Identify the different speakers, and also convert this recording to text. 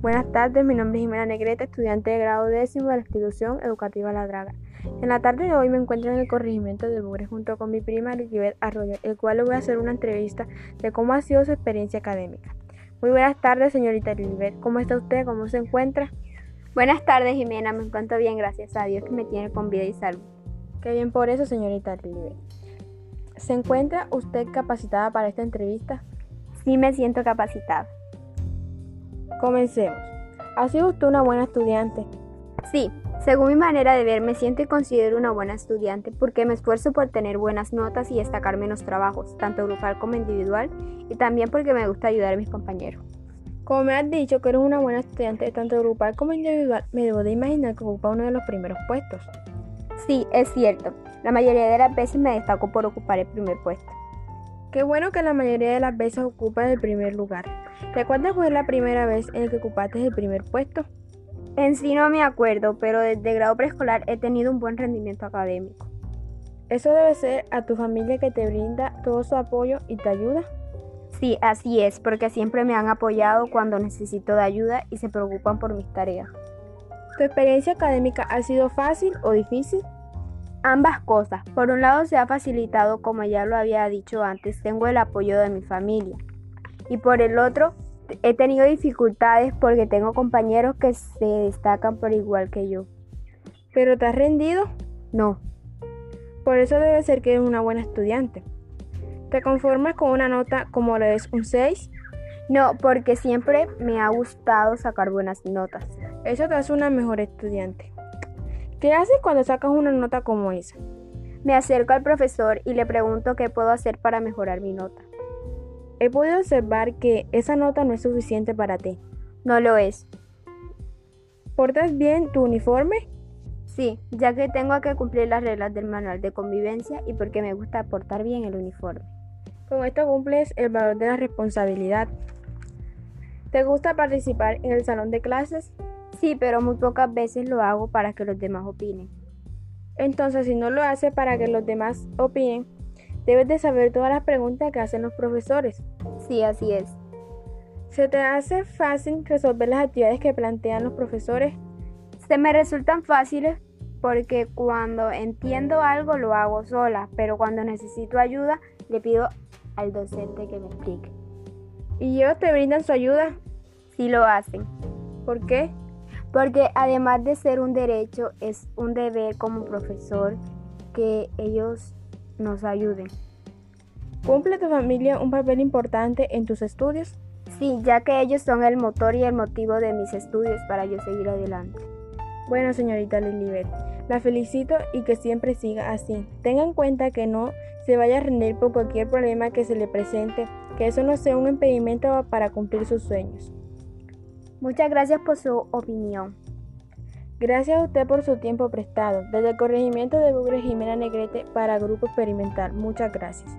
Speaker 1: Buenas tardes, mi nombre es Jimena Negrete, estudiante de grado décimo de la institución educativa La Draga. En la tarde de hoy me encuentro en el corregimiento de Bugre junto con mi prima Elizabeth Arroyo, el cual le voy a hacer una entrevista de cómo ha sido su experiencia académica. Muy buenas tardes, señorita Elizabeth. ¿Cómo está usted? ¿Cómo se encuentra?
Speaker 2: Buenas tardes, Jimena. Me encuentro bien, gracias a Dios que me tiene con vida y salud.
Speaker 1: Qué bien por eso, señorita Elizabeth. ¿Se encuentra usted capacitada para esta entrevista?
Speaker 2: Sí, me siento capacitada.
Speaker 1: Comencemos. ¿Ha sido usted una buena estudiante?
Speaker 2: Sí, según mi manera de ver, me siento y considero una buena estudiante porque me esfuerzo por tener buenas notas y destacarme en los trabajos, tanto grupal como individual, y también porque me gusta ayudar a mis compañeros.
Speaker 1: Como me has dicho que eres una buena estudiante, tanto grupal como individual, me debo de imaginar que ocupa uno de los primeros puestos.
Speaker 2: Sí, es cierto. La mayoría de las veces me destaco por ocupar el primer puesto.
Speaker 1: Qué bueno que la mayoría de las veces ocupas el primer lugar. ¿Recuerdas cuál es la primera vez en la que ocupaste el primer puesto?
Speaker 2: En sí no me acuerdo, pero desde grado preescolar he tenido un buen rendimiento académico.
Speaker 1: Eso debe ser a tu familia que te brinda todo su apoyo y te ayuda.
Speaker 2: Sí, así es, porque siempre me han apoyado cuando necesito de ayuda y se preocupan por mis tareas.
Speaker 1: ¿Tu experiencia académica ha sido fácil o difícil?
Speaker 2: Ambas cosas. Por un lado se ha facilitado, como ya lo había dicho antes, tengo el apoyo de mi familia. Y por el otro, he tenido dificultades porque tengo compañeros que se destacan por igual que yo.
Speaker 1: ¿Pero te has rendido?
Speaker 2: No.
Speaker 1: Por eso debe ser que eres una buena estudiante. ¿Te conformas con una nota como lo es un 6?
Speaker 2: No, porque siempre me ha gustado sacar buenas notas.
Speaker 1: Eso te hace una mejor estudiante. ¿Qué haces cuando sacas una nota como esa?
Speaker 2: Me acerco al profesor y le pregunto qué puedo hacer para mejorar mi nota.
Speaker 1: He podido observar que esa nota no es suficiente para ti.
Speaker 2: No lo es.
Speaker 1: ¿Portas bien tu uniforme?
Speaker 2: Sí, ya que tengo que cumplir las reglas del manual de convivencia y porque me gusta portar bien el uniforme.
Speaker 1: Con esto cumples el valor de la responsabilidad. ¿Te gusta participar en el salón de clases?
Speaker 2: Sí, pero muy pocas veces lo hago para que los demás opinen.
Speaker 1: Entonces, si no lo haces para que los demás opinen, debes de saber todas las preguntas que hacen los profesores.
Speaker 2: Sí, así es.
Speaker 1: ¿Se te hace fácil resolver las actividades que plantean los profesores?
Speaker 2: Se me resultan fáciles porque cuando entiendo algo lo hago sola, pero cuando necesito ayuda le pido al docente que me explique.
Speaker 1: ¿Y ellos te brindan su ayuda?
Speaker 2: Sí lo hacen.
Speaker 1: ¿Por qué?
Speaker 2: Porque además de ser un derecho, es un deber como profesor que ellos nos ayuden.
Speaker 1: ¿Cumple tu familia un papel importante en tus estudios?
Speaker 2: Sí, ya que ellos son el motor y el motivo de mis estudios para yo seguir adelante.
Speaker 1: Bueno, señorita Lilibet, la felicito y que siempre siga así. Tenga en cuenta que no se vaya a rendir por cualquier problema que se le presente, que eso no sea un impedimento para cumplir sus sueños.
Speaker 2: Muchas gracias por su opinión.
Speaker 1: Gracias a usted por su tiempo prestado. Desde el corregimiento de Bugre Jimena Negrete para Grupo Experimental. Muchas gracias.